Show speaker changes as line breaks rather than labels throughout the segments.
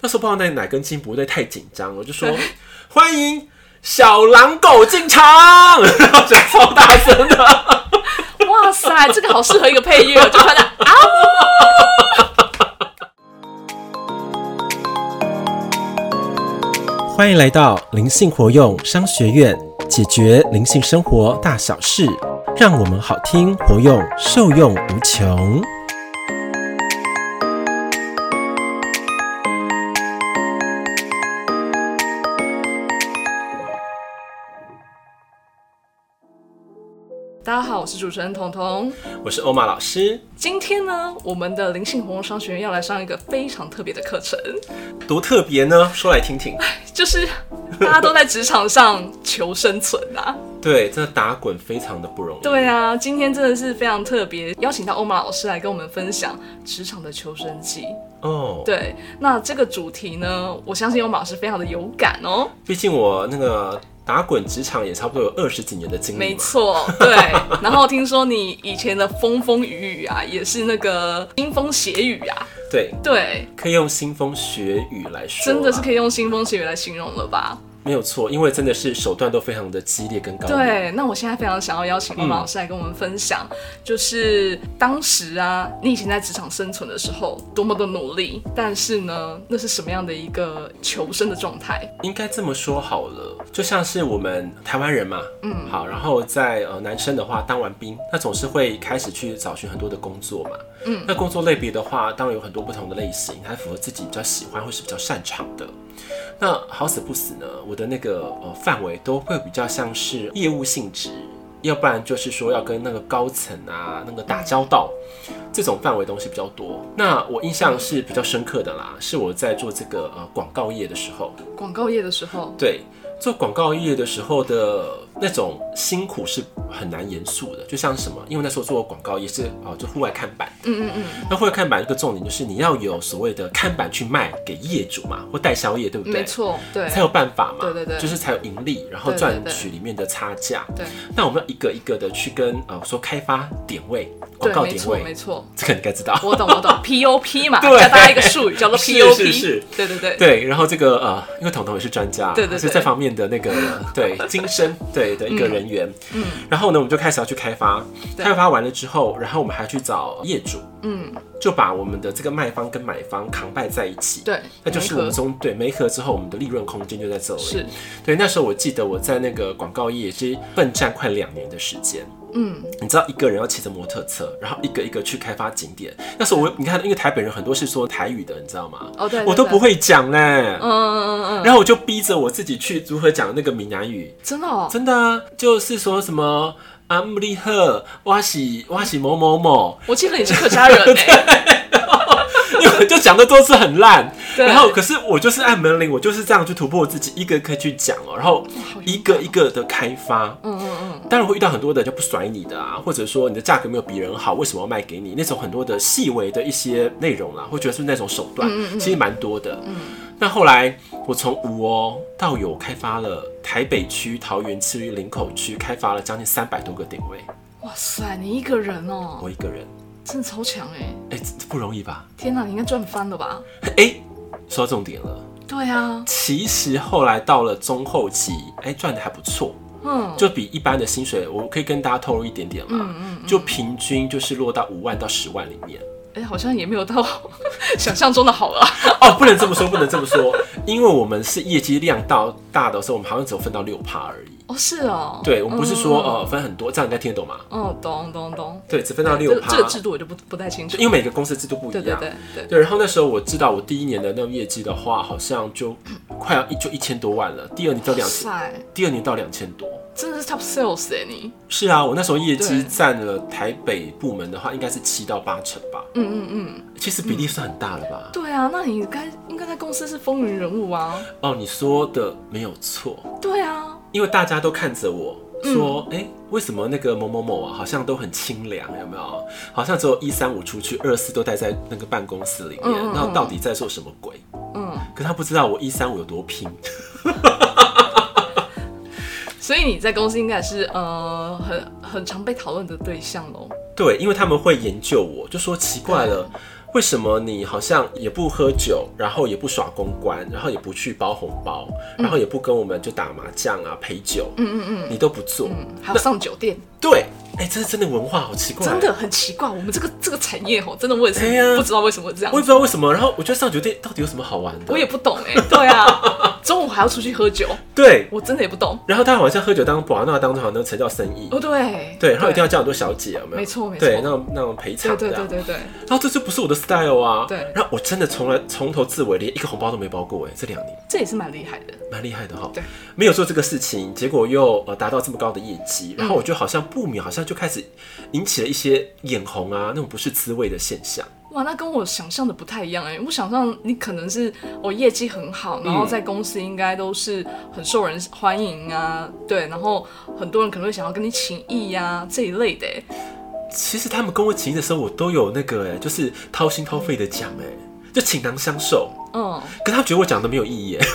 那时候不知道那哪根筋不对，太紧张了，我就说 欢迎小狼狗进场， 然后讲超大声的，
哇塞，这个好适合一个配乐，我就突然间啊
欢迎来到灵性活用商学院，解决灵性生活大小事，让我们好听活用，受用无穷。
大家好，我是主持人彤彤。
我是欧玛老师，
今天呢，我们的灵性活动商学院要来上一个非常特别的课程，
多特别呢，说来听听。
就是大家都在职场上求生存啊。
对，真的打滚非常的不容易。
对啊，今天真的是非常特别，邀请到欧玛老师来跟我们分享职场的求生记。
哦，
对，那这个主题呢，我相信欧玛老师非常的有感哦。
毕竟我那个打滚职场也差不多有二十几年的经历
没
嘛。
错，对。然后听说你以前的风风雨雨啊，也是那个腥风血雨啊，
对，
对，
可以用腥风血雨来说啊，
真的是可
以
以用腥风血雨来形容了吧？
没有错，因为真的是手段都非常的激烈跟高明。
对，那我现在非常想要邀请欧玛老师来跟我们分享，就是当时啊，你以前在职场生存的时候多么的努力，但是呢，那是什么样的一个求生的状态？
应该这么说好了，就像是我们台湾人嘛，嗯，好，然后在呃男生的话，当完兵，那总是会开始去找寻很多的工作嘛，嗯，那工作类别的话，当然有很多不同的类型，它符合自己比较喜欢或是比较擅长的。那好死不死呢，我的那个呃范围都会比较像是业务性质，要不然就是说要跟那个高层啊那个打交道，这种范围东西比较多。那我印象是比较深刻的啦，是我在做这个呃广告业的时候，
广告业的时候，
对，做广告业的时候的那种辛苦是很难言述的，就像什么，因为那时候做广告也是哦，就户外看板。
嗯嗯嗯，
那户外看板一个重点就是你要有所谓的看板去卖给业主嘛，或代销业，对不对？
没。错，对，
才有办法嘛，
对对对
就是才有盈利，然后
对对
赚
对
取里面的差价。
对
那我们要一个一个的去跟呃说开发点位、广
对，
告
没
点
错没
位，
错，
这个你应该知道。
我懂我懂 ，POP 嘛，
对
教大家一个术语叫做
是
POP，
是是
对对 对，
对，然后这个呃，因为彤彤也是专家，
对对对
是这方面的那 个对精深对的一个人员。嗯，然后呢，我们就开始要去开发，
对
开发完了之后，然后我们还去找业主，
嗯
就把我们的这个卖方跟买方扛掰在一起。。
对，
那就是我
没
们
错
中对没合之后，我们的利润空间就在这里。
是，
对。那时候我记得我在那个广告业也是奋战快两年的时间。
嗯，
你知道一个人要骑着摩托车，然后一个一个去开发景点。那时候我你看，因为台北人很多是说台语的，你知道吗？
哦对对
我都
对
不会讲嘞。
嗯嗯嗯嗯，
然后我就逼着我自己去如何讲那个闽南语，
真的哦，
真的啊，就是说什么阿姆利赫哇喜哇喜某某某，
我记得你是客家人哎，
因为我就讲的都是很烂。
对
然后可是我就是按门铃，我就是这样去突破自己，一个可以去讲哦、然后
好勇敢哦
一个一个的开发。
嗯嗯
当然会遇到很多的就不甩你的啊，或者说你的价格没有别人好，为什么要卖给你？那种很多的细微的一些内容啦，会觉得是那种手
嗯
段，其实蛮多的。那后来我从无哦到有开发了台北区、桃园区、林口区，开发了将近三百多个点位，
嗯，哇塞，你一个人哦，
我一个人，
真的超强哎，
哎、这不容易吧？
天哪，你应该赚翻了吧？
哎、说到重点了，
对啊，
其实后来到了中后期，哎、赚的还不错。
嗯，
就比一般的薪水，我可以跟大家透露一点点啦，
嗯
就平均就是落到五万到十万里面。
哎，好像也没有到 想象中的好啊，
哦，不能这么说，不能这么说，因为我们是业绩量到大的时候，我们好像只有分到六趴而已。
哦是哦，
对，我们不是说
嗯，
呃分很多，这样应该听得懂吗？
嗯，嗯懂懂懂，
对，只分到
这
六趴
这。个制度我就不不太清楚
就，因为每个公司制度不一
对
样。
对对对，
对然后那时候我知道，我第一年的那个业绩的话，好像就快要一就一千多万了。第二年到
哇
两千，
塞，
第二年到两千多。
真的是 top sales 哎你，
是啊，我那时候业绩
对
占了台北部门的话，应该是七到八成吧。
嗯嗯嗯。
其实比例算很大了吧？
对啊，那你该应该在公司是风云人物啊。
哦，你说的没有错。
对啊，
因为大家都看着我说，
嗯
哎、为什么那个某某某啊，好像都很清凉，有没有？好像只有一三五出去，二四都待在那个办公室里面
嗯嗯，嗯
那、到底在做什么鬼？
嗯，
可他不知道我一三五有多拼，
所以你在公司应该也是呃很很常被讨论的对象喽。
对，因为他们会研究我，就说奇怪了，为什么你好像也不喝酒，然后也不耍公关，然后也不去包红包，
嗯
然后也不跟我们就打麻将啊、陪酒，嗯嗯嗯，你都不做，
还有上酒店，
对，哎、这是真的文化，好奇怪，啊
真的很奇怪。我们这个这个产业吼，真的为什
哎呀
么不知道为什么会这样
我也不？知道为什么。然后我觉得上酒店到底有什么好玩的？
我也不懂哎、 对啊，中午还要出去喝酒，
对。
我真的也不懂。
然后他好像喝酒当寡那当好像才叫生意，
哦，对，
对，然后一定要叫很多小姐，有没有？
没错没错
对，那种那种陪
对
场这
对
样。
对对对，
然后这就不是我的 style 啊。
对
然后我真的从来从头至尾连一个红包都没包过哎，这两年
这也是蛮厉害的。
蛮厉害的哈。
对，
没有做这个事情，结果又呃达到这么高的业绩，然后我就好像不免好像就开始引起了一些眼红啊那种不是滋味的现象。
哇，那跟我想象的不太一样哎、我想象你可能是我、哦业绩很好，
嗯
然后在公司应该都是很受人欢迎啊，对，然后很多人可能会想要跟你请益呀、这一类的、欸。
其实他们跟我请的时候，我都有那个哎，就是掏心掏肺的讲哎，就倾囊相授。
嗯，
可他觉得我讲的没有意义哎，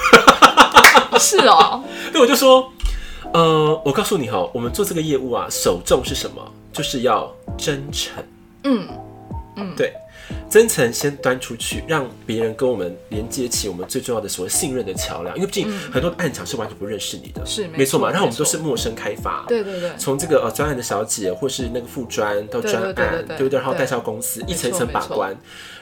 是哦，
对，我就说，呃，我告诉你哈，我们做这个业务啊，首重是什么？就是要真诚。
嗯，
对，真诚先端出去，让别人跟我们连接起我们最重要的所谓信任的桥梁，因为毕竟很多的暗场是完全不认识你的，
嗯是没
没错嘛。
错
然后我们
没
都
错
是陌生开发，
对 对对，
从这个呃专案的小姐，或是那个副专到
对
专
对对
案，
对对
对不对？然后
对
代销公司一层一
错
层
没
把
错
关，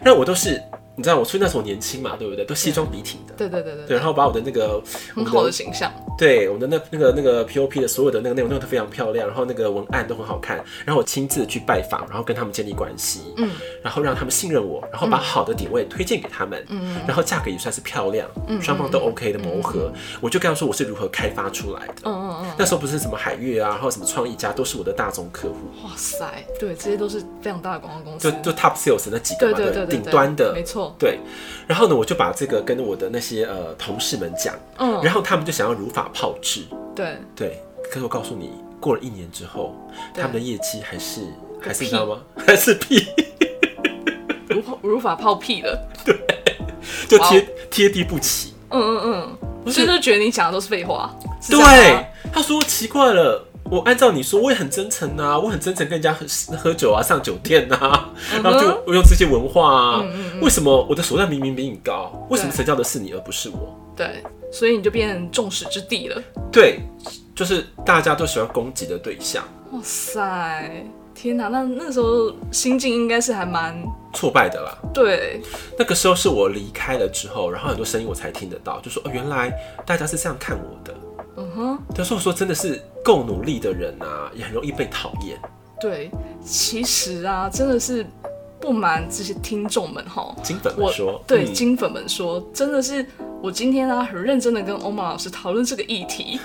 那我都是。你知道我出去那时候我年轻嘛，对不对？都西装笔挺的，
对对对对
对，
对，
然后把我的那个
很好的形象，
对，我们的那那个那个 POP 的所有的那个内容弄得非常漂亮，然后那个文案都很好看，然后我亲自去拜访，然后跟他们建立关系，嗯，然后让他们信任我，然后把好的点位推荐给他们，嗯，然后价格也算是漂亮，
嗯
双方都 OK 的磨合，我就跟他说我是如何开发出来的。
嗯嗯
那时候不是什么海月啊，然后什么创意家都是我的大众客户，
嗯，哇塞，对，这些都是非常大的广告公
就
司，
就 top sales 那几个
对
嘛，
对
对
对对，
顶
对
端的，
没错，
对，然后呢，我就把这个跟我的那些呃同事们讲，
嗯
然后他们就想要如法炮制，
对，
对，可是我告诉你，过了一年之后，
对
他们的业绩还是还是
屁
你知道吗？ 还是屁，
如法如法炮屁了，
就
哇哦
贴贴地不起。
嗯嗯嗯，
是
所以就觉得你讲的都是废话，是这样吗
对，他说奇怪了。我按照你说，我也很真诚啊，我很真诚跟人家喝喝酒啊，上酒店啊，
嗯
然后就我用这些文化啊，为什么我的手段明明比你高？为什么
对
成交的是你而不是我？
对，所以你就变成众矢之的了。
对，就是大家都喜欢攻击的对象，
哇塞，天哪！那那时候心境应该是还蛮
挫败的啦。
对，
那个时候是我离开了之后，然后很多声音我才听得到，就说哦，原来大家是这样看我的。
嗯哼，
但是我说真的是够努力的人啊，也很容易被讨厌。
对。其实啊，真的是不瞒这些听众们哈，
金粉们
我
说，
对
嗯
金粉们说，真的是我今天呢、啊很认真的跟欧玛老师讨论这个 议题，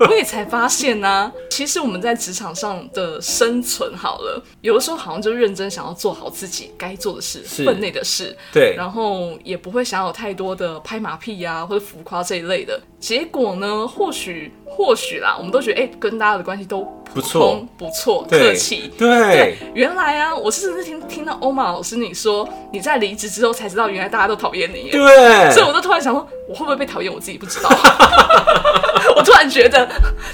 我也才发现呢、其实我们在职场上的生存好了，有的时候好像就认真想要做好自己该做的事、
是
分内的事，
对，
然后也不会想有太多的拍马屁呀、或者浮夸这一类的。结果呢，或许或许啦，我们都觉得哎、跟大家的关系都
不
普
错
通，不错，
对
客气。
对，
原来啊，我是甚至听听到欧玛老师你说你在离职之后才知道，原来大家都讨厌你耶。所以
对，
我就突然想说，我会不会被讨厌？我自己不知道。 我突然觉得，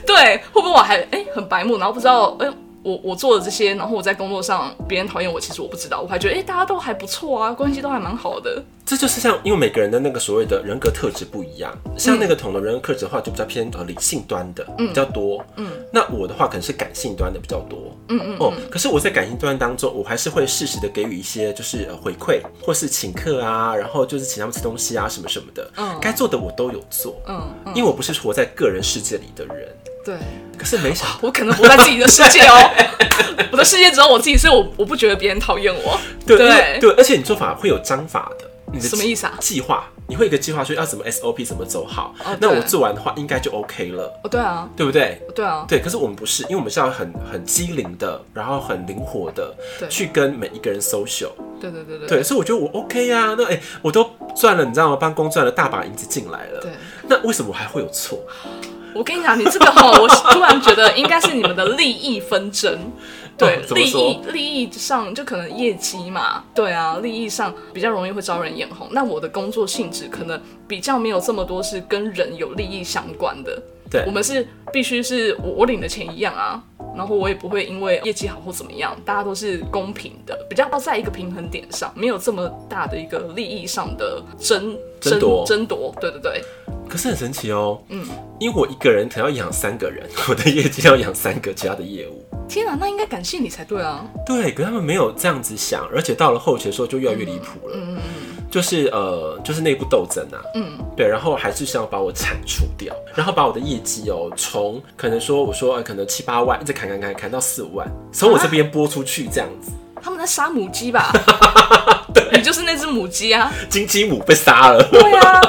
对，会不会我还哎、很白目，然后不知道哎、我我做的这些，然后我在工作上别人讨厌我，其实我不知道，我还觉得哎、大家都还不错啊，关系都还蛮好的。
这就是像，因为每个人的那个所谓的人格特质不一样，像那个统的人格特质的话，就比较偏呃理性端的比较多，嗯，那我的话可能是感性端的比较多，嗯嗯，哦，可是我在感性端当中，我还是会适时的给予一些就是呃回馈，或是请客啊，然后就是请他们吃东西啊什么什么的，
嗯
该做的我都有做，
嗯，嗯
因为我不是活在个人世界里的人，
对，
可是没想到。
我可能活在自己的世界哦， 我的世界只有我自己，所以我我不觉得别人讨厌我。
对
对
因为对，而且你做法会有章法的，你的
什么
计
意思啊
计划，你会有一个计划说要怎么 SOP 怎么走好，
哦
那
对
我做完的话应该就 OK 了，
哦，对啊，
对不对？
对啊，
对，可是我们不是，因为我们是要很很机灵的，然后很灵活的
对
去跟每一个人 social，
对对对对
对，所以我觉得我 OK 呀、那哎、我都赚了，你知道吗？帮工赚了大把银子进来了，
对
那为什么我还会有错？
我跟你讲，你这个哈，我突然觉得应该是你们的利益 纷争，对，
哦怎么
利
说
益利益上就可能业绩嘛，对啊，利益上比较容易会招人眼红。那我的工作性质可能比较没有这么多是跟人有利益相关的，
对
我们是必须是我我领的钱一样啊，然后我也不会因为业绩好或怎么样，大家都是公平的，比较要在一个平衡点上，没有这么大的一个利益上的争
争夺
争夺，对对对，
可是很神奇哦，嗯，因为我一个人可能要养三个人，我的业绩要养三个其他的业务。
天啊，那应该感谢你才对啊，
对，可他们没有这样子想，而且到了后期的时候就越来越离谱了。嗯嗯就是呃，就是内部斗争啊，嗯，对，然后还是想要把我铲除掉，然后把我的业绩哦，从可能说我说、呃、可能七八万，一直砍砍砍砍到四五万，从我这边拨出去这样子，
他们在杀母 鸡吧？你就是那只母鸡啊，
金鸡母被杀了，
对啊，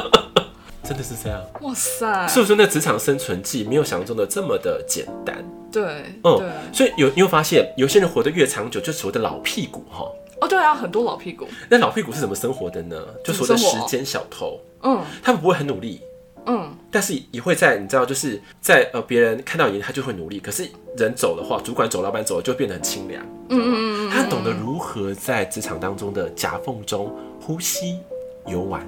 真的是这样。
哇塞，
所以说，那职场生存记没有想象中的这么的简单。
对，
嗯
对，，
所以有你会发现，有些人活得越长久，就所谓的老屁股哈。
哦对啊，很多老屁股，
那老屁股是怎么生活的呢？就所谓的
怎么
时
生活
间小偷，
嗯
他们不会很努力，
嗯，
但是也会在你知道，就是在呃别人看到你，他就会努力。可是人走的话，主管走，老板走了，就变得很清凉。嗯嗯嗯，他懂得如何在职场当中的夹缝中呼吸、游玩。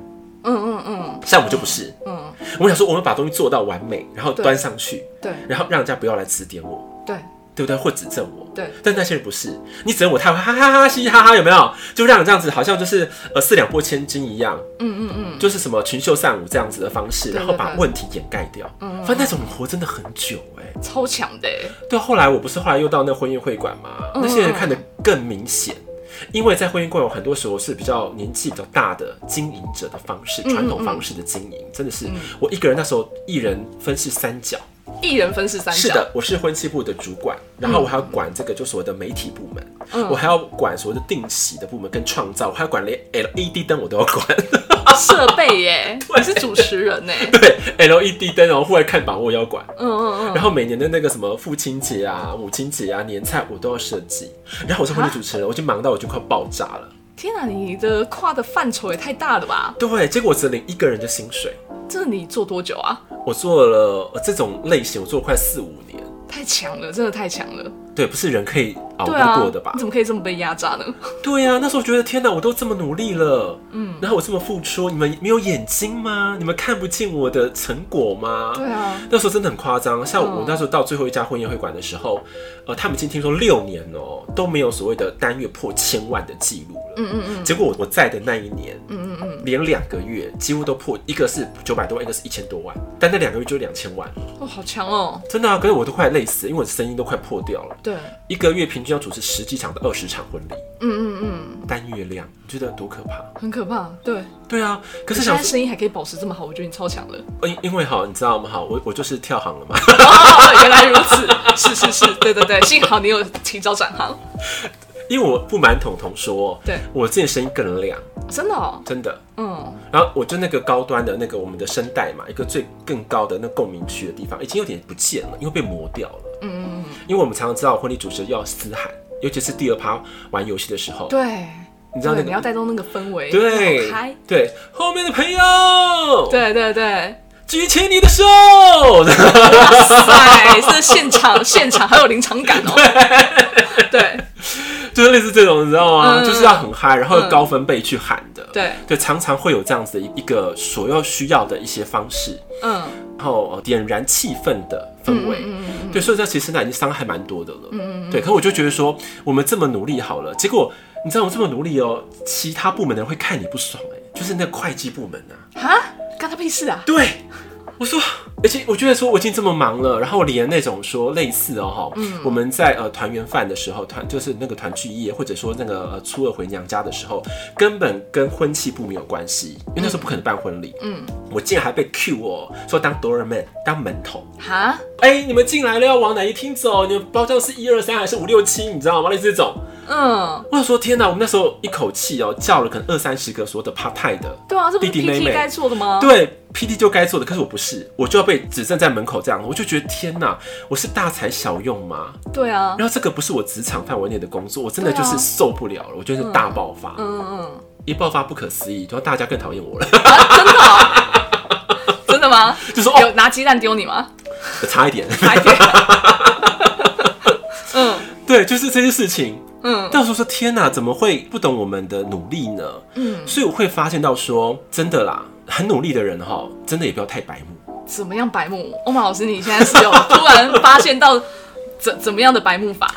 嗯嗯嗯，像我们就不是，嗯，我们想说我们把东西做到完美，然后
对
端上去，
对
然后让人家不要来指点我，
对
对不对？或指正我，
对
但那些人不是，你只要我太会哈哈哈嘻嘻哈哈，有没有？就让你这样子，好像就是呃四两拨千斤一样，嗯嗯嗯，就是什么群秀散舞这样子的方式，
对
然后
对
把
对
问题掩盖掉。反正那种人活真的很久哎、
超强的欸，
对，后来我不是后来又到那婚宴会馆嘛，那些人看得更明显。因为在婚宴会馆，很多时候是比较年纪比较大的经营者的方式，传统方式的经营，真的是我一个人那时候一人分饰三角，
一人分饰三角，
是的，我是婚庆部的主管，然后我还要管这个就所谓的媒体部门，
嗯
我还要管所谓的定期的部门跟创造，我还要管连 LED 灯我都要管。
设备耶，你是主持人呢，
对，LED 灯哦，户外看板我也要管。
嗯嗯嗯，
然后每年的那个什么父亲节啊、母亲节啊、年菜我都要设计。然后我是婚礼主持人，我就忙到我就快爆炸了。
天啊，你的跨的范畴也太大了吧？
对，结果我只领一个人的薪水。
这你做多久啊？
我做了呃这种类型，我做了快四五年。
太强了，真的太强了。
对，不是人可以熬
对啊，
得过的吧？
你怎么可以这么被压 榨呢？
对啊呀、那时候觉得天哪，我都这么努力了，嗯，然后我这么付出，你们没有眼睛吗？你们看不见我的成果吗？
对啊，
那时候真的很夸张，像我那时候到最后一家婚宴会馆的时候，呃，他们已经听说六年哦、都没有所谓的单月破千万的记录了，嗯嗯嗯，结果我我在的那一年，嗯嗯嗯，连两个月几乎都破，一个是九百多万，一个是一千多万，但那两个月就两千万，
哦，好强哦。
真的啊，可是我都快累死，因为我的声音都快破掉了，
对，
一个月平均要主持十几场到二十场婚礼，
嗯嗯
单月量，你觉得多可怕？
嗯，很可怕。对，
对啊，可是
现
想
在声音还可以保持这么好，我觉得你超强了。
说，因因为好，你知道吗？好，我我就是跳行了嘛。
哦，原来如此，是是是，对对对，幸好你有提早转行，
因为我不瞒彤彤说，
对
我自己声音更亮，
真的哦。
真的。
嗯，
然后我就那个高端的那个我们的声带嘛，一个最更高的那共鸣区的地方，已经有点不见了，因为被磨掉了。嗯嗯嗯。因为我们常常知道婚礼主持人要嘶喊，尤其是第二趴玩游戏的时候，
对，
你知道那个
对，你要带动那个氛围，
对
好嗨。
对后面的朋友，
对对对，
举起你的手，
塞，这现场现场还有临场感哦。对
就是类似这种，你知道吗？
嗯
就是要很嗨，然后高分贝去喊的。
对，
对，常常会有这样子的一个所要需要的一些方式，
嗯，
然后呃点燃气氛的氛围。对，所以这其实那已经伤害蛮多的了。嗯嗯嗯对，可我就觉得说，我们这么努力好了，结果你知道我这么努力哦，其他部门的人会看你不爽哎、就是那个会计部门啊。
哈，干他屁事啊！
对，我说，而且我觉得说我已经这么忙了，然后连那种说类似哦哈，我们在呃团圆饭的时候，团就是那个团聚夜，或者说那个呃初二回娘家的时候，根本跟婚期部没有关系，因为那时候不可能办婚礼。嗯，我竟然还被 Q 哦，说当 doorman 当门童，
哈，
哎、你们进来了要往哪一厅走？你们包厢是一二三还是五六七？你知道吗？类似这种，
嗯，
我想说天哪，我们那时候一口气哦叫了可能二三十个所有的 part time 的
对啊，这不
弟
是
弟妹
PT
妹
该做的吗？
对，PT 就该做的，可是我不是，我就要被指正在门口这样，我就觉得天哪，我是大材小用吗？
对啊，
然后这个不是我职场范围内的工作，我真的
对
就
啊
是受不了了，我觉得是大爆发，
嗯嗯，
一爆发不可思议，然后大家更讨厌我 了，
哦真的吗？
就说哦，
有拿鸡蛋丢你吗？
差一点，
还给嗯
对，就是这些事情。
嗯，
到时候说天哪，怎么会不懂我们的努力呢？嗯，所以我会发现到说，真的啦，很努力的人哈，真的也不要太白目。
哦怎么样，白目？欧马老师，你现在是有突然发现到怎怎么样的白目法？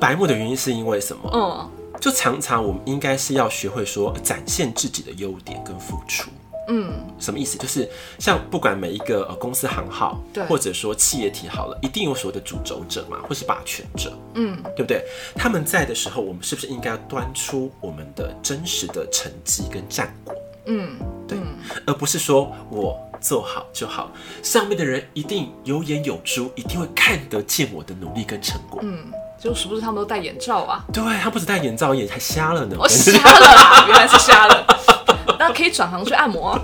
白目的原因是因为什么？
嗯
就常常我们应该是要学会说展现自己的优点跟付出。
嗯，
什么意思？就是像不管每一个呃公司行号，
对
或者说企业体好了，一定有所谓的主轴者嘛，或是霸权者，
嗯，
对不对？他们在的时候，我们是不是应该要端出我们的真实的成绩跟战果？
嗯，
对，而不是说我做好就好，上面的人一定有眼有珠，一定会看得见我的努力跟成果。
嗯就是不是他们都戴眼罩啊？
对他不止戴眼罩，眼还瞎了呢。
我瞎了 啦，原来是瞎了。那可以转行去按摩啊。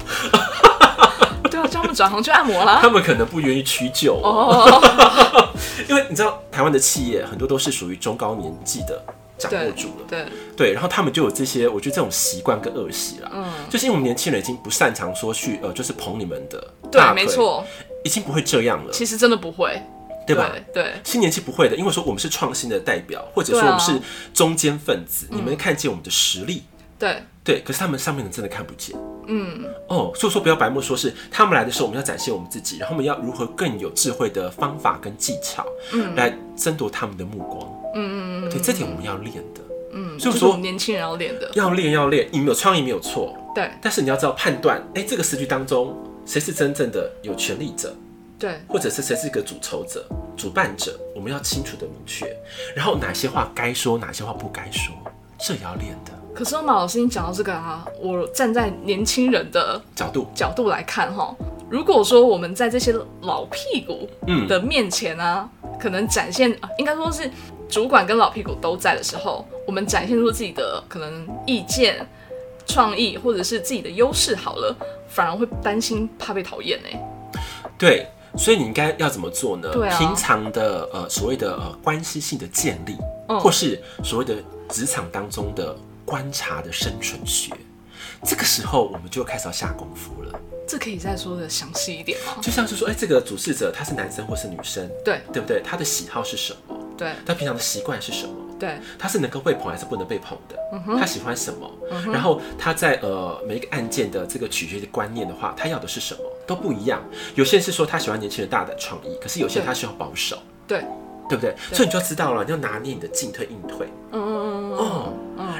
对啊，叫他们转行去按摩啦。
他们可能不愿意取酒哦
哦，
因为你知道台湾的企业很多都是属于中高年纪的掌握
对
主了，
对，
对，然后他们就有这些，我觉得这种习惯跟恶习啦，
嗯
就是因为我们年轻人已经不擅长说去呃，就是捧你们的大
对，
腿
没，错，
已经不会这样了，
其实真的不会，
对吧？
对，
新年期不会的，因为说我们是创新的代表，或者说
对
我
啊嗯
们是中间分子，你们看见我们的实力，
对，
对，可是他们上面人真的看不见。嗯，哦，所以说不要白目，说是他们来的时候，我们要展现我们自己，然后我们要如何更有智慧的方法跟技巧，嗯，来争夺他们的目光。嗯嗯嗯，对，这点我们要练的。嗯，所
就
以
是我
说
们年轻人要练的。
要练要练，你们有创意没有错，
对
但是你要知道判断，哎、这个时局当中谁是真正的有权利者，
对，
或者是谁是一个主筹者、主办者，我们要清楚的明确，然后哪些话该说，哪些话不该说，这也要练的
可是马老师，你讲到这个啊，我站在年轻人的
角度。
角度来看哈，如果说我们在这些老屁股
嗯
的面前啊，可能展现，啊应该说是主管跟老屁股都在的时候，我们展现出自己的可能意见、创意或者是自己的优势，好了，反而会担心怕被讨厌哎。
对，所以你应该要怎么做呢？
对啊
平常的呃所谓的呃关系性的建立，
嗯
或是所谓的职场当中的观察的生存学，这个时候我们就开始要下功夫了。
这可以再说的详细一点吗？
就像是说，哎、这个主事者他是男生或是女生，
对
对不对？他的喜好是什么？
对
他平常的习惯是什么？
对，
他是能够被捧还是不能被捧的？
嗯
他喜欢什么？然后他在呃每一个案件的这个取决的观念的话，他要的是什么都不一样。有些人是说他喜欢年轻人大胆创意，可是有些人
对
他需要保守，
对，
对不对？所以你就要知道了，你要拿捏你的进退应退
嗯嗯嗯嗯
哦。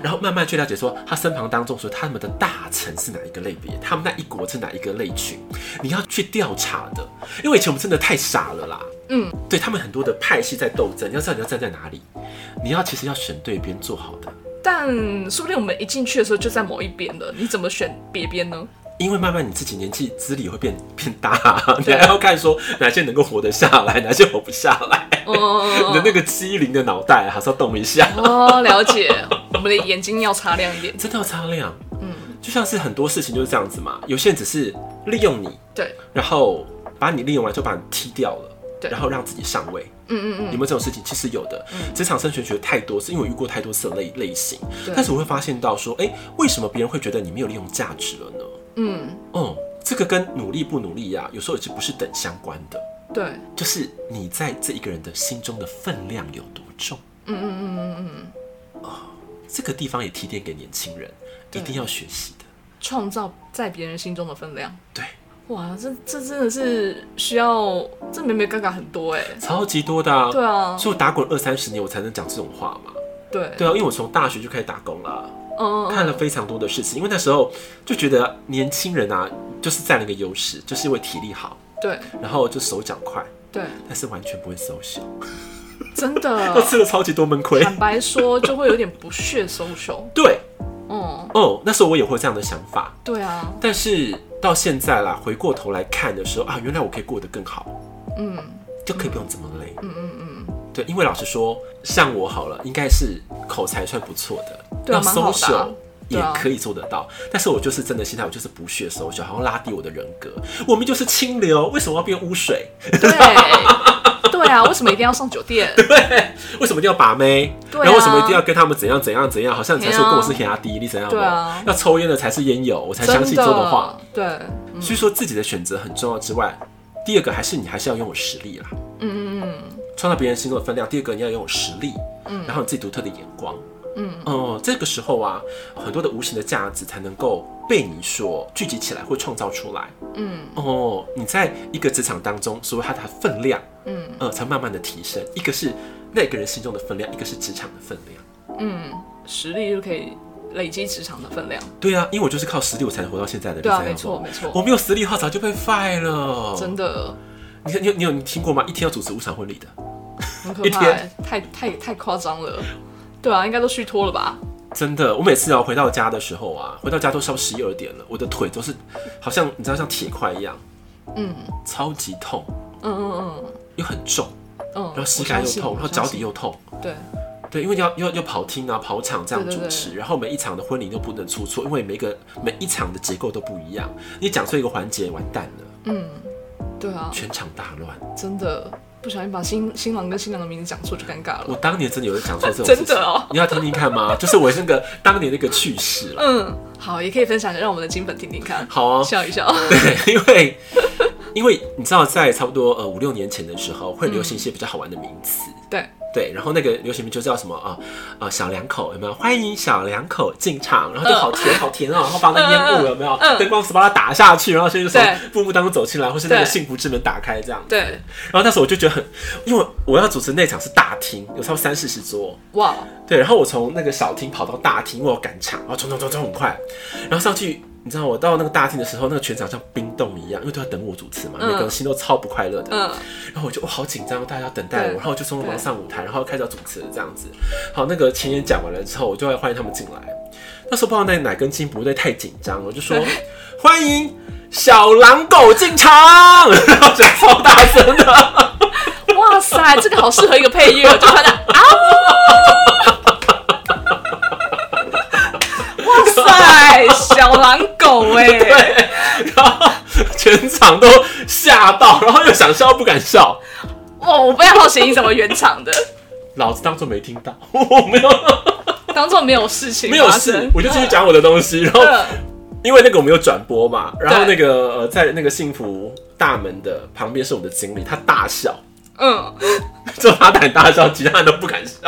然后慢慢去了解说他身旁当中说他们的大臣是哪一个类别，他们那一国是哪一个类群，你要去调查的。因为以前我们真的太傻了啦。
嗯，
对他们很多的派系在斗争，你要知道你要站在哪里，你要其实要选对边做好的。
但说不定我们一进去的时候就在某一边了，你怎么选别边呢？
因为慢慢你自己年纪资历也会变变大， 你还要看说哪些能够活得下来，哪些活不下来。
嗯嗯嗯
你的那个机灵的脑袋还是要动一下，
哦，了解。我们的眼睛要擦亮一点。
真的要擦亮。嗯，就像是很多事情就是这样子嘛，有些人只是利用你，
对，
然后把你利用完就把你踢掉了，
对
然后让自己上位。
嗯
有
嗯
没有这种事情？其实有的，职场生存学太多，是因为我遇过太多次的类类型
对，
但是我会发现到说，哎、为什么别人会觉得你没有利用价值了呢？
嗯
哦、这个跟努力不努力呀、有时候也是不是等相关的，
嗯，对，
就是你在这一个人的心中的分量有多重。哦
嗯嗯嗯嗯嗯嗯，
这个地方也提点给年轻人，一定要学习的。
创造在别人心中的分量。
对，
哇，这这真的是需要，这美美嘎嘎很多哎。
超级多的、啊。
对啊，
所以我打滚二三十年，我才能讲这种话嘛。
对，
对啊，因为我从大学就开始打工了，啊
嗯嗯
看了非常多的事情。因为那时候就觉得年轻人啊，就是占了一个优势，就是因为体力好，
对
然后就手脚快，
对，
但是完全不会收 手，
真
都
的。
吃了超级多闷亏。
坦白说，就会有点不屑 social。
对，
嗯，
哦，那时候我也会有这样的想法，
对啊，
但是到现在啦，回过头来看的时候啊，原来我可以过得更好，
嗯
就可以不用这么累。
嗯嗯嗯，
对，因为老实说，像我好了，应该是口才算不错的，
对啊
要
蛮好的啊
social 也
对啊
可以做得到。但是我就是真的心态，我就是不屑 social，好像拉低我的人格。我们就是清流，为什么要变污水？
对。对啊，为什么一定要上酒 店？
为什么一定要把妹？
对啊
然后为什么一定要跟他们怎样怎样怎样？好像你才说
对啊
跟我是压低，你怎样？
对啊
要抽烟的才是烟友，我才相
真
信说的话
的。，对，
所以说自己的选择很重要之外，第二个还是你还是要拥有实力啦。嗯嗯嗯。创造别人心中的分量。第二个你要拥有实力，嗯，然后你自己独特的眼光，嗯，哦、这个时候啊，很多的无形的价值才能够被你所聚集起来或创造出来。嗯，哦，你在一个职场当中，所谓它的分量，嗯，呃，才慢慢的提升。一个是那个人心中的分量，一个是职场的分量。
实力就可以累积职场的分量，
对啊，因为我就是靠实力我才能活到现在的。
对啊
你知道吗
没错没错
我没有哦实力的话早就被 fire 了。
真的
你看，你有你有你听过吗？一天要主持五场婚礼的，
很可
一
怕、
天
欸，太太太夸张了。对啊，应该都虚脱了吧？
真的。我每次啊回到家的时候啊，回到家都是十一二点了，我的腿都是好像你知道像铁块一样，嗯，超级痛，
嗯嗯
又很重，
嗯嗯，
然后膝盖又痛，然后
我相信
脚底，又痛。
我相信对，
对，因为你要要要跑厅啊、跑场这样
对
主
对
持，
对
然后每一场的婚礼都不能出错，因为每一个每一场的结构都不一样，你讲错一个环节完蛋了，
对啊，
全场大乱。
真的不小心把新新郎跟新娘的名字讲错就尴尬
我
了。
当年真的有人讲错这种事
真
情，
的哦
你要听听看吗？就是我那个当年那个趣事了。
嗯，好，也可以分享一下，让我们的金粉听听看，
好啊，
笑一 笑。
对，因为因为你知道，在差不多呃五六年前的时候，会流行一些比较好玩的名词。
对，
对，然后那个流行名就叫什么啊啊、小两口有没有？欢迎小两口进场，然后就好甜好甜哦，然后把那个烟雾有没有
嗯嗯嗯
灯光石把它打下去，然后现在就
对
从幕幕当中走进来，或是那个
对
幸福之门打开这样。
对，
然后那时候我就觉得很，因为我要主持那场是大厅，有差不多三四十桌，
哇，
对，然后我从那个小厅跑到大厅，因为我赶场，然后冲冲冲冲很快，然后上去，你知道我到那个大厅的时候，那个全场像冰冻一样，因为都在等我主持嘛，每个人心都超不快乐的。
嗯，
然后我就哇好紧张，大家要等待我，
对
然后我就匆匆忙忙上舞台，然后开始要主持这样子。好，那个前言讲完了之后，我就要欢迎他们进来。那时候不知道那哪根筋不对，太紧张了，我就说
对
欢迎小狼狗进场， 然后就超大声的。
哇塞，这个好适合一个配乐，就 他的啊呜。哇塞，小狼狗哎、
然后全场都吓到，然后又想笑不敢笑。
哇！我不要好谐音什么原厂的，
老子当做没听到， 我没有
当做没有事情
没有
发
事
生，。
我就继续讲我的东西。然后
嗯
因为那个我们有转播嘛，然后
对
那个呃在那个幸福大门的旁边是我们的经理，他大笑，
嗯，
就他敢大笑，其他人都不敢笑。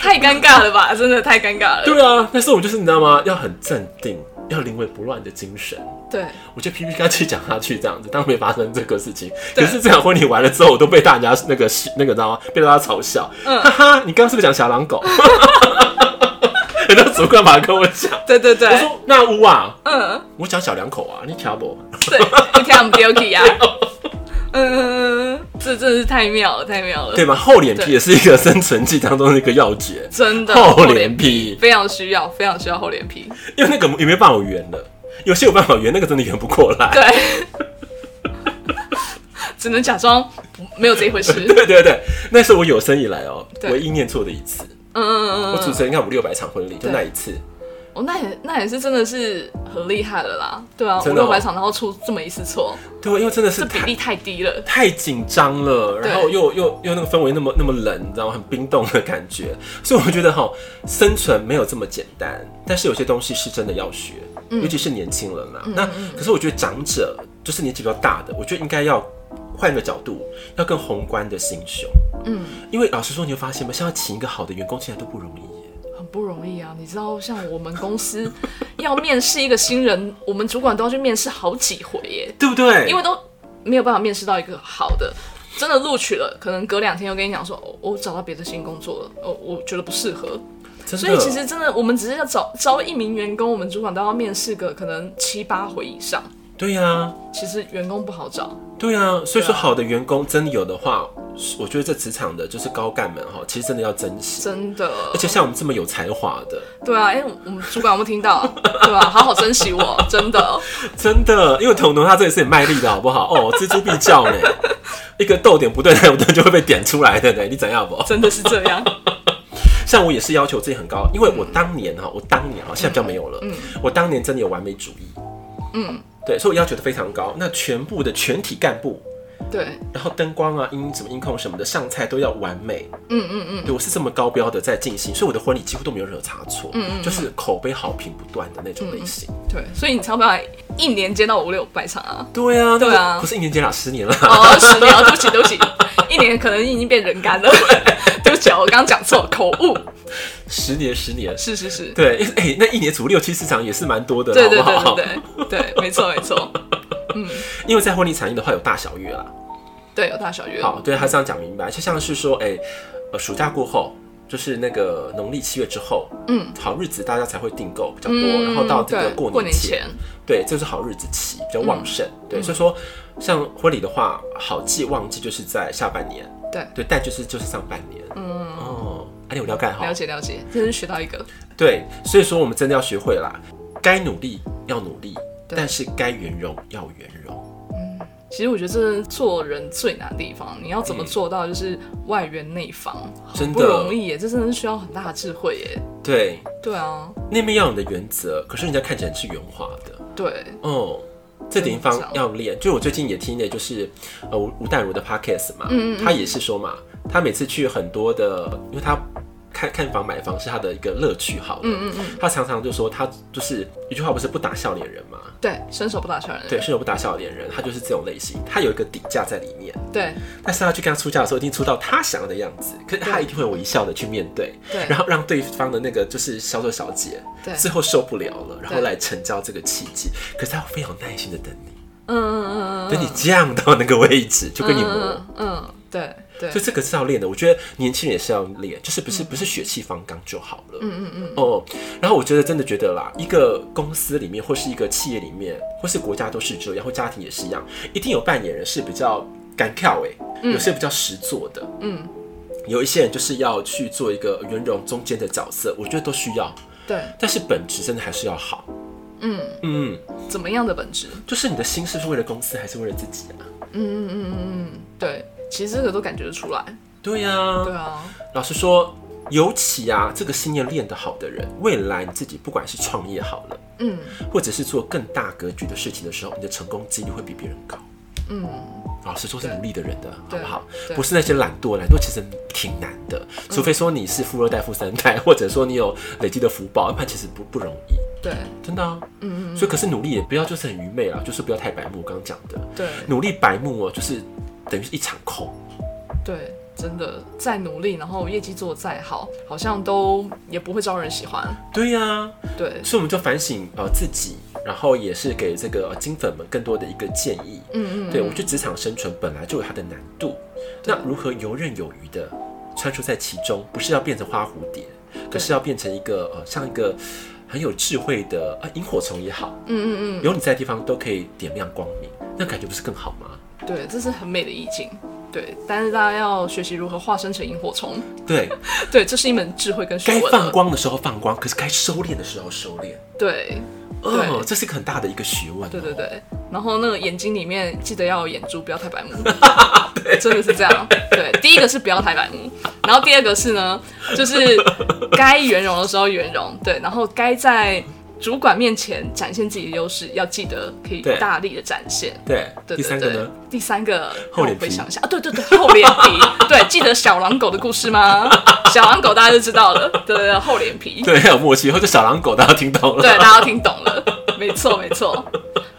太尴尬了吧？真的太尴尬了。
对啊，但是我们就是你知道吗？要很镇定，要临危不乱的精神。
对，
我就噼噼嘎去讲下去这样子，当没发生这个事情。可
对
是这场婚礼完了之后，我都被大家那个那个知道吗？被大家嘲笑，
嗯
哈哈，你刚刚是不是讲小狼狗？ 很多主管马上跟我讲，
对对
我
对，
说那屋啊，
嗯，
我讲小两口啊，你听不？
对，一天我们 guilty 啊。嗯，这真是太妙了，太妙了
对，吧？厚脸皮也是一个生存技当中的一个要诀，
真的
厚脸皮，
非常需要，非常需要厚脸皮。
因为那个也没办法圆的，有些有办法圆，那个真的圆不过来。
对， 只能假装没有这一回事。
对对对，那是我有生以来哦、
对
唯一念错的一次。
嗯嗯嗯
我主
嗯，
持人看五六百场婚礼，就
对
那一次。
哦，那也那也是真的是很厉害了啦。对啊，五
真的哦
六百场，然后出这么一次错，
对，因为真的是
这比
太
例太低了。
太紧张了，
对
然后又又又那个氛围那么那么冷，你知道吗？很冰冻的感觉， 所以我觉得哈，生存没有这么简单，但是有些东西是真的要学，
嗯
尤其是年轻人啦。啊那可是我觉得长者就是年纪比较大的，我觉得应该要换个角度，要更宏观的心胸。嗯，因为老实说，你会发现吗？像要请一个好的员工进来都不容易耶。
很不容易啊！你知道，像我们公司要面试一个新人，我们主管都要去面试好几回耶，
对不对？
因为都没有办法面试到一个好的。真的录取了，可能隔两天又跟你讲说，哦我找到别的新工作了，哦，我觉得不适合，
真的
所以其实真的，我们只是要找招一名员工，我们主管都要面试个可能七八回以上。
对呀、
其实员工不好找，
对啊，所以说
对啊
好的员工真的有的话，我觉得这职场的就是高干们哈，其实真的要珍惜。
真的。
而且像我们这么有才华的，
对啊，哎、我们主管有没有听到？ 对吧、好好珍惜我，真的。哦
真的，因为彤彤他这也是很卖力的好不好？ 哦，锱铢必较呢，一个逗点不对，那我就会被点出来的呢。你怎样不？
真的是这样。
像我也是要求自己很高，因为我当年哈，我当年哈，现在比较没有了，我当年真的有完美主义，嗯，对，所以我要求的非常高。那全部的全体干部，
对，
然后灯光啊、音什么音控什么的，上菜都要完美，嗯嗯嗯，对我是这么高标的在进行，所以我的婚礼几乎都没有任何差错，嗯嗯，就是口碑好评不断的那种类型。
对，所以你才有办法一年接到五六百场啊。
对啊，
对啊
那 个不是一年接啦，十年了。
哦，十年，哦对不起，对不起，一年可能已经变人干了。对不起啊，我刚刚讲错，口误。
十年十年，
是是是，
对， 哎、那一年组六七十场也是蛮多的，
对对
好不好？
对对对对，没错没错，
因为在婚礼产业的话有大小月啦，
对有大小月，
好，对他这样讲明白，就像是说，哎、呃，暑假过后。就是那个农历七月之后，
嗯，
好日子大家才会订购比较多，
嗯，
然后到这个
对
过
过
年
年
前，
前，嗯
对，这是好日子期，比较旺盛。对，所以说像婚礼的话，好记旺季就是在下半年，
对
对，但就是就是上半年。嗯哦，啊，你有了解好
了，解了解，真是学到一个，
对，所以说我们真的要学会啦，该努力要努力，
对
但是该圆融要圆融。
其实我觉得这是做人最难的地方，你要怎么做到就是外圆内防，
真
不
的
容易耶，这真的是需要很大的智慧耶。
对，
对啊，
那边要有你的原则，可是人家看起来是圆滑的。
对，
哦，这地方
真的
要练。就我最近也听的，就是呃吴吴淡如的 podcast 嘛，
嗯嗯嗯
他也是说嘛，他每次去很多的，因为他看看房买房是他的一个乐趣好了，
嗯嗯嗯，
他常常就说他就是一句话不是不打笑脸人嘛，
对，伸手不打笑人，
对，是有不打笑脸人，他就是这种类型，他有一个底价在里面，
对
但是他去跟他出价的时候，一定出到他想要的样子，可是他
对
一定会微笑的去面对，
对
然后让对方的那个就是销售小姐
对
最后受不了了，然后
对
来成交这个契机，可是他非常耐心的等你。
嗯嗯嗯嗯，
等你降到那个位置，就跟你磨。
嗯嗯嗯，对对
所以这个是要练的，我觉得年轻人也是要练，就是不是不是血气方刚就好了。嗯嗯嗯嗯。哦，然后我觉得真的觉得啦，一个公司里面或是一个企业里面，或是国家都是这样，或家庭也是一样，一定有扮演人是比较敢跳哎，有些比较实做的，
嗯，
有一些人就是要去做一个圆融中间的角色，我觉得都需要，
对，
但是本质真的还是要好。
嗯，
嗯，
怎么样的本质？
就是你的心是不是为了公司还是为了自己啊？
嗯嗯嗯嗯嗯，对，其实这个都感觉得出来。
对呀、
对啊，
老实说，尤其啊，这个信念练得好的人，未来你自己不管是创业好了，
嗯
或者是做更大格局的事情的时候，你的成功几率会比别人高。
嗯，
老实说，是
对
努力的人的，好
对
不好？
对
不是那些懒惰，懒惰其实挺难的，除非说你是富二代、富三代，或者说你有累积的福报，要不然其实不不容易，
对
真的啊。嗯嗯。所以，可是努力也不要就是很愚昧啦，就是不要太白目。我刚刚讲的，
对
努力白目哦、就是等于是一场空。
对，真的再努力，然后业绩做得再好，好像都也不会招人喜欢。
对呀、
对，
所以我们就反省呃自己，然后也是给这个呃金粉们更多的一个建议。
嗯嗯，
对我觉得职场生存本来就有它的难度，那如何游刃有余的穿梭在其中，不是要变成花蝴蝶，可是要变成一个呃像一个很有智慧的呃萤火虫也好，
嗯嗯
有你在的地方都可以点亮光明，那感觉不是更好吗？
嗯，对，这是很美的意境。对，但是大家要学习如何化身成萤火虫。
对，
对，这是一门智慧跟学
该
问。啊
放。光的时候放光，可是该收敛的时候收敛。
对，
哦
对，
这是一个很大的一个学问、哦
对对
对，
对，然后那个眼睛里面记得要有眼珠，不要太 白目，真的是这样。对，第一个是不要太白目，然后第二个是呢，就是该圆融的时候圆融，对，然后该在主管面前展现自己的优势，要记得可以
对
大力的展现。
对
对
第
对
三个
对
呢？，
第三个
厚
让
脸
我
皮
回想一下啊，对对对，厚脸皮，对，记得小狼狗的故事吗？小狼狗大家就知道了，对对对，厚脸皮，
对，很有默契，或者小狼狗大家听 懂了。
对，大家听懂了，没错没错，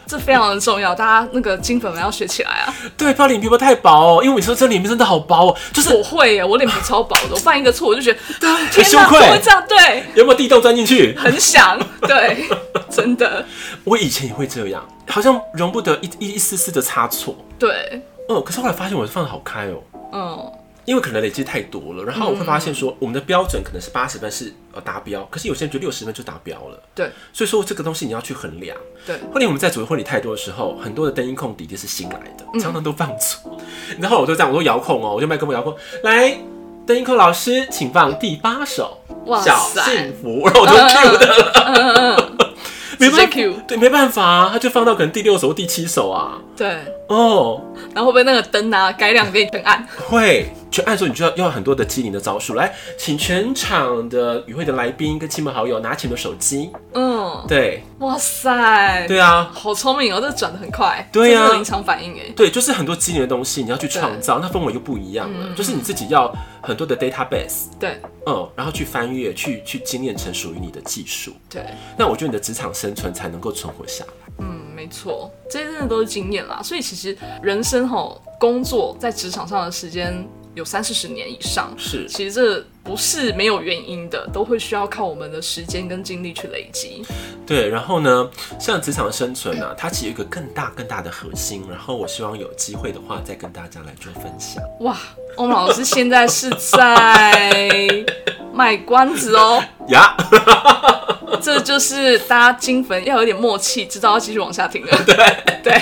这非常的重要，大家那个金粉们要学起来啊！
对，不要脸皮不要太薄哦，因为我说这脸皮真的好薄哦，就是
我会耶，我脸皮超薄的，我犯一个错我就 觉得
很
天
羞
哪，怎么会
哎愧
这。样？对，
有没有地洞钻进去？
很想，对，真的，
我以前也会这样，好像容不得一一一丝丝的差错。
对，
哦，可是后来发现我放的好开哦，
嗯，
因为可能累积太多了，然后我会发现说，我们的标准可能是八十分是呃达标，可是有些人觉得六十分就达标了。
对
所以说这个东西你要去衡量。
对
后来我们在组织婚礼太多的时候，很多的灯音控的确是新来
嗯
的，常常都放错。然后我就这样，我说遥控哦，我就麦克风遥控，来，灯音控老师，请放第八首
哇
《小
塞
幸福》，然后我 就 Q 的了，没
直接
办法
Q
对，没办法啊，他就放到可能第六首、第七首啊。
对，
哦，
然后会不会那个灯啊改亮给你全暗？
会，就按说你就要要有很多的机灵的招数。来，请全场的与会的来宾跟亲朋好友拿起你的手机。
嗯，
对，
哇塞，
对啊，
好聪明哦，这转的很快，
对
这
啊
是个临场反应哎，
对，就是很多机灵的东西，你要去创造，那氛围就不一样
嗯
了。就是你自己要很多的 database，
对
嗯，然后去翻阅，去去精炼成属于你的技术。
对，
那我觉得你的职场生存才能够存活下来。
嗯，没错，这些真的都是经验啦。所以其实人生吼，工作在职场上的时间有三四十年以上，
是
其实这不是没有原因的，都会需要靠我们的时间跟精力去累积。
对，然后呢，像职场生存啊，它其实有一个更大更大的核心。然后我希望有机会的话，再跟大家来做分享。
哇，欧盟老师现在是在卖关子哦，
呀，
这就是大家金粉要有点默契，知道要继续往下听了。对对，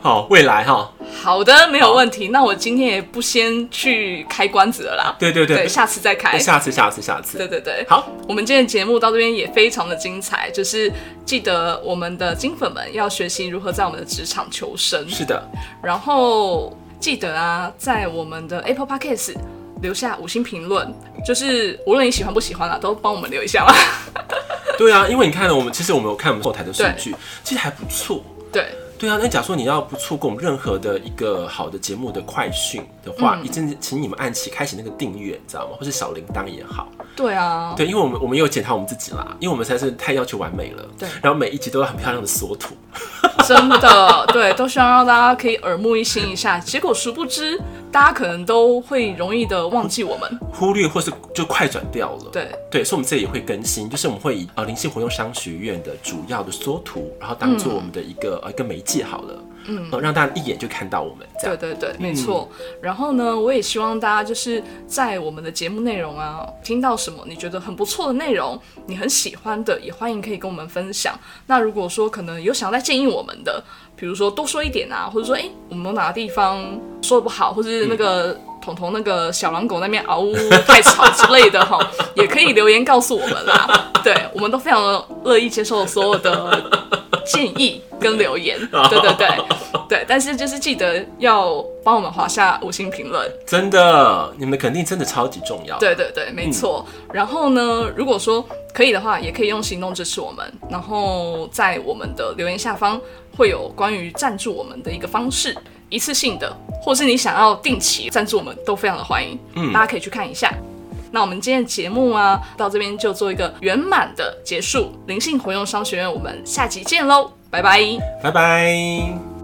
好，未来哈，
好的，没有问题。那我今天也不先去开关子了啦，
对对对，
下次再开。
下次下次下次，
对对对，
好，
我们今天的节目到这边也非常的精彩，就是记得我们的金粉们要学习如何在我们的职场求生，
是的，
然后记得啊，在我们的 Apple Podcast 留下五星评论，就是无论你喜欢不喜欢啦、都帮我们留一下吧。
对啊，因为你看，我们其实我们有看我们后台的数据，其实还不错。
对，
对啊，那假如说你要不错过我们任何的一个好的节目的快讯的
嗯
话，一定请你们按起开启那个订阅，你知道吗？或是小铃铛也好。
对啊，
对，因为我们我们也有检讨我们自己啦，因为我们实在是太要求完美了。
对
然后每一集都要很漂亮的缩图。
真的，对，都希望让大家可以耳目一新一下。结果殊不知，大家可能都会容易的忘记我们。
忽略或是就快转掉了。
对
对，所以我们这里也会更新，就是我们会以呃灵性活用商学院的主要的缩图，然后当做我们的一个、呃一个媒介好了，嗯、呃，让大家一眼就看到我们这
对
样。嗯
对对，没错。然后呢，我也希望大家就是在我们的节目内容啊，听到什么你觉得很不错的内容，你很喜欢的，也欢迎可以跟我们分享。那如果说可能有想要再建议我们的，比如说多说一点啊，或者说哎、诶我们有哪个地方说的不好，或是那
嗯
个。彤彤那个小狼狗那边啊嗷呜太吵之类的哈，也可以留言告诉我们 啦。对，我们都非常的乐意接受所有的建议跟留言。对对对对，但是就是记得要帮我们划下五星评论。
真的，你们的肯定真的超级重要。
对对对，没错。然后呢，如果说可以的话，也可以用行动支持我们。然后在我们的留言下方会有关于赞助我们的一个方式，一次性的，或是你想要定期赞助我们，都非常的欢迎。嗯，大家可以去看一下。那我们今天的节目啊，到这边就做一个圆满的结束。灵性活用商学院，我们下集见喽，拜拜。
拜拜。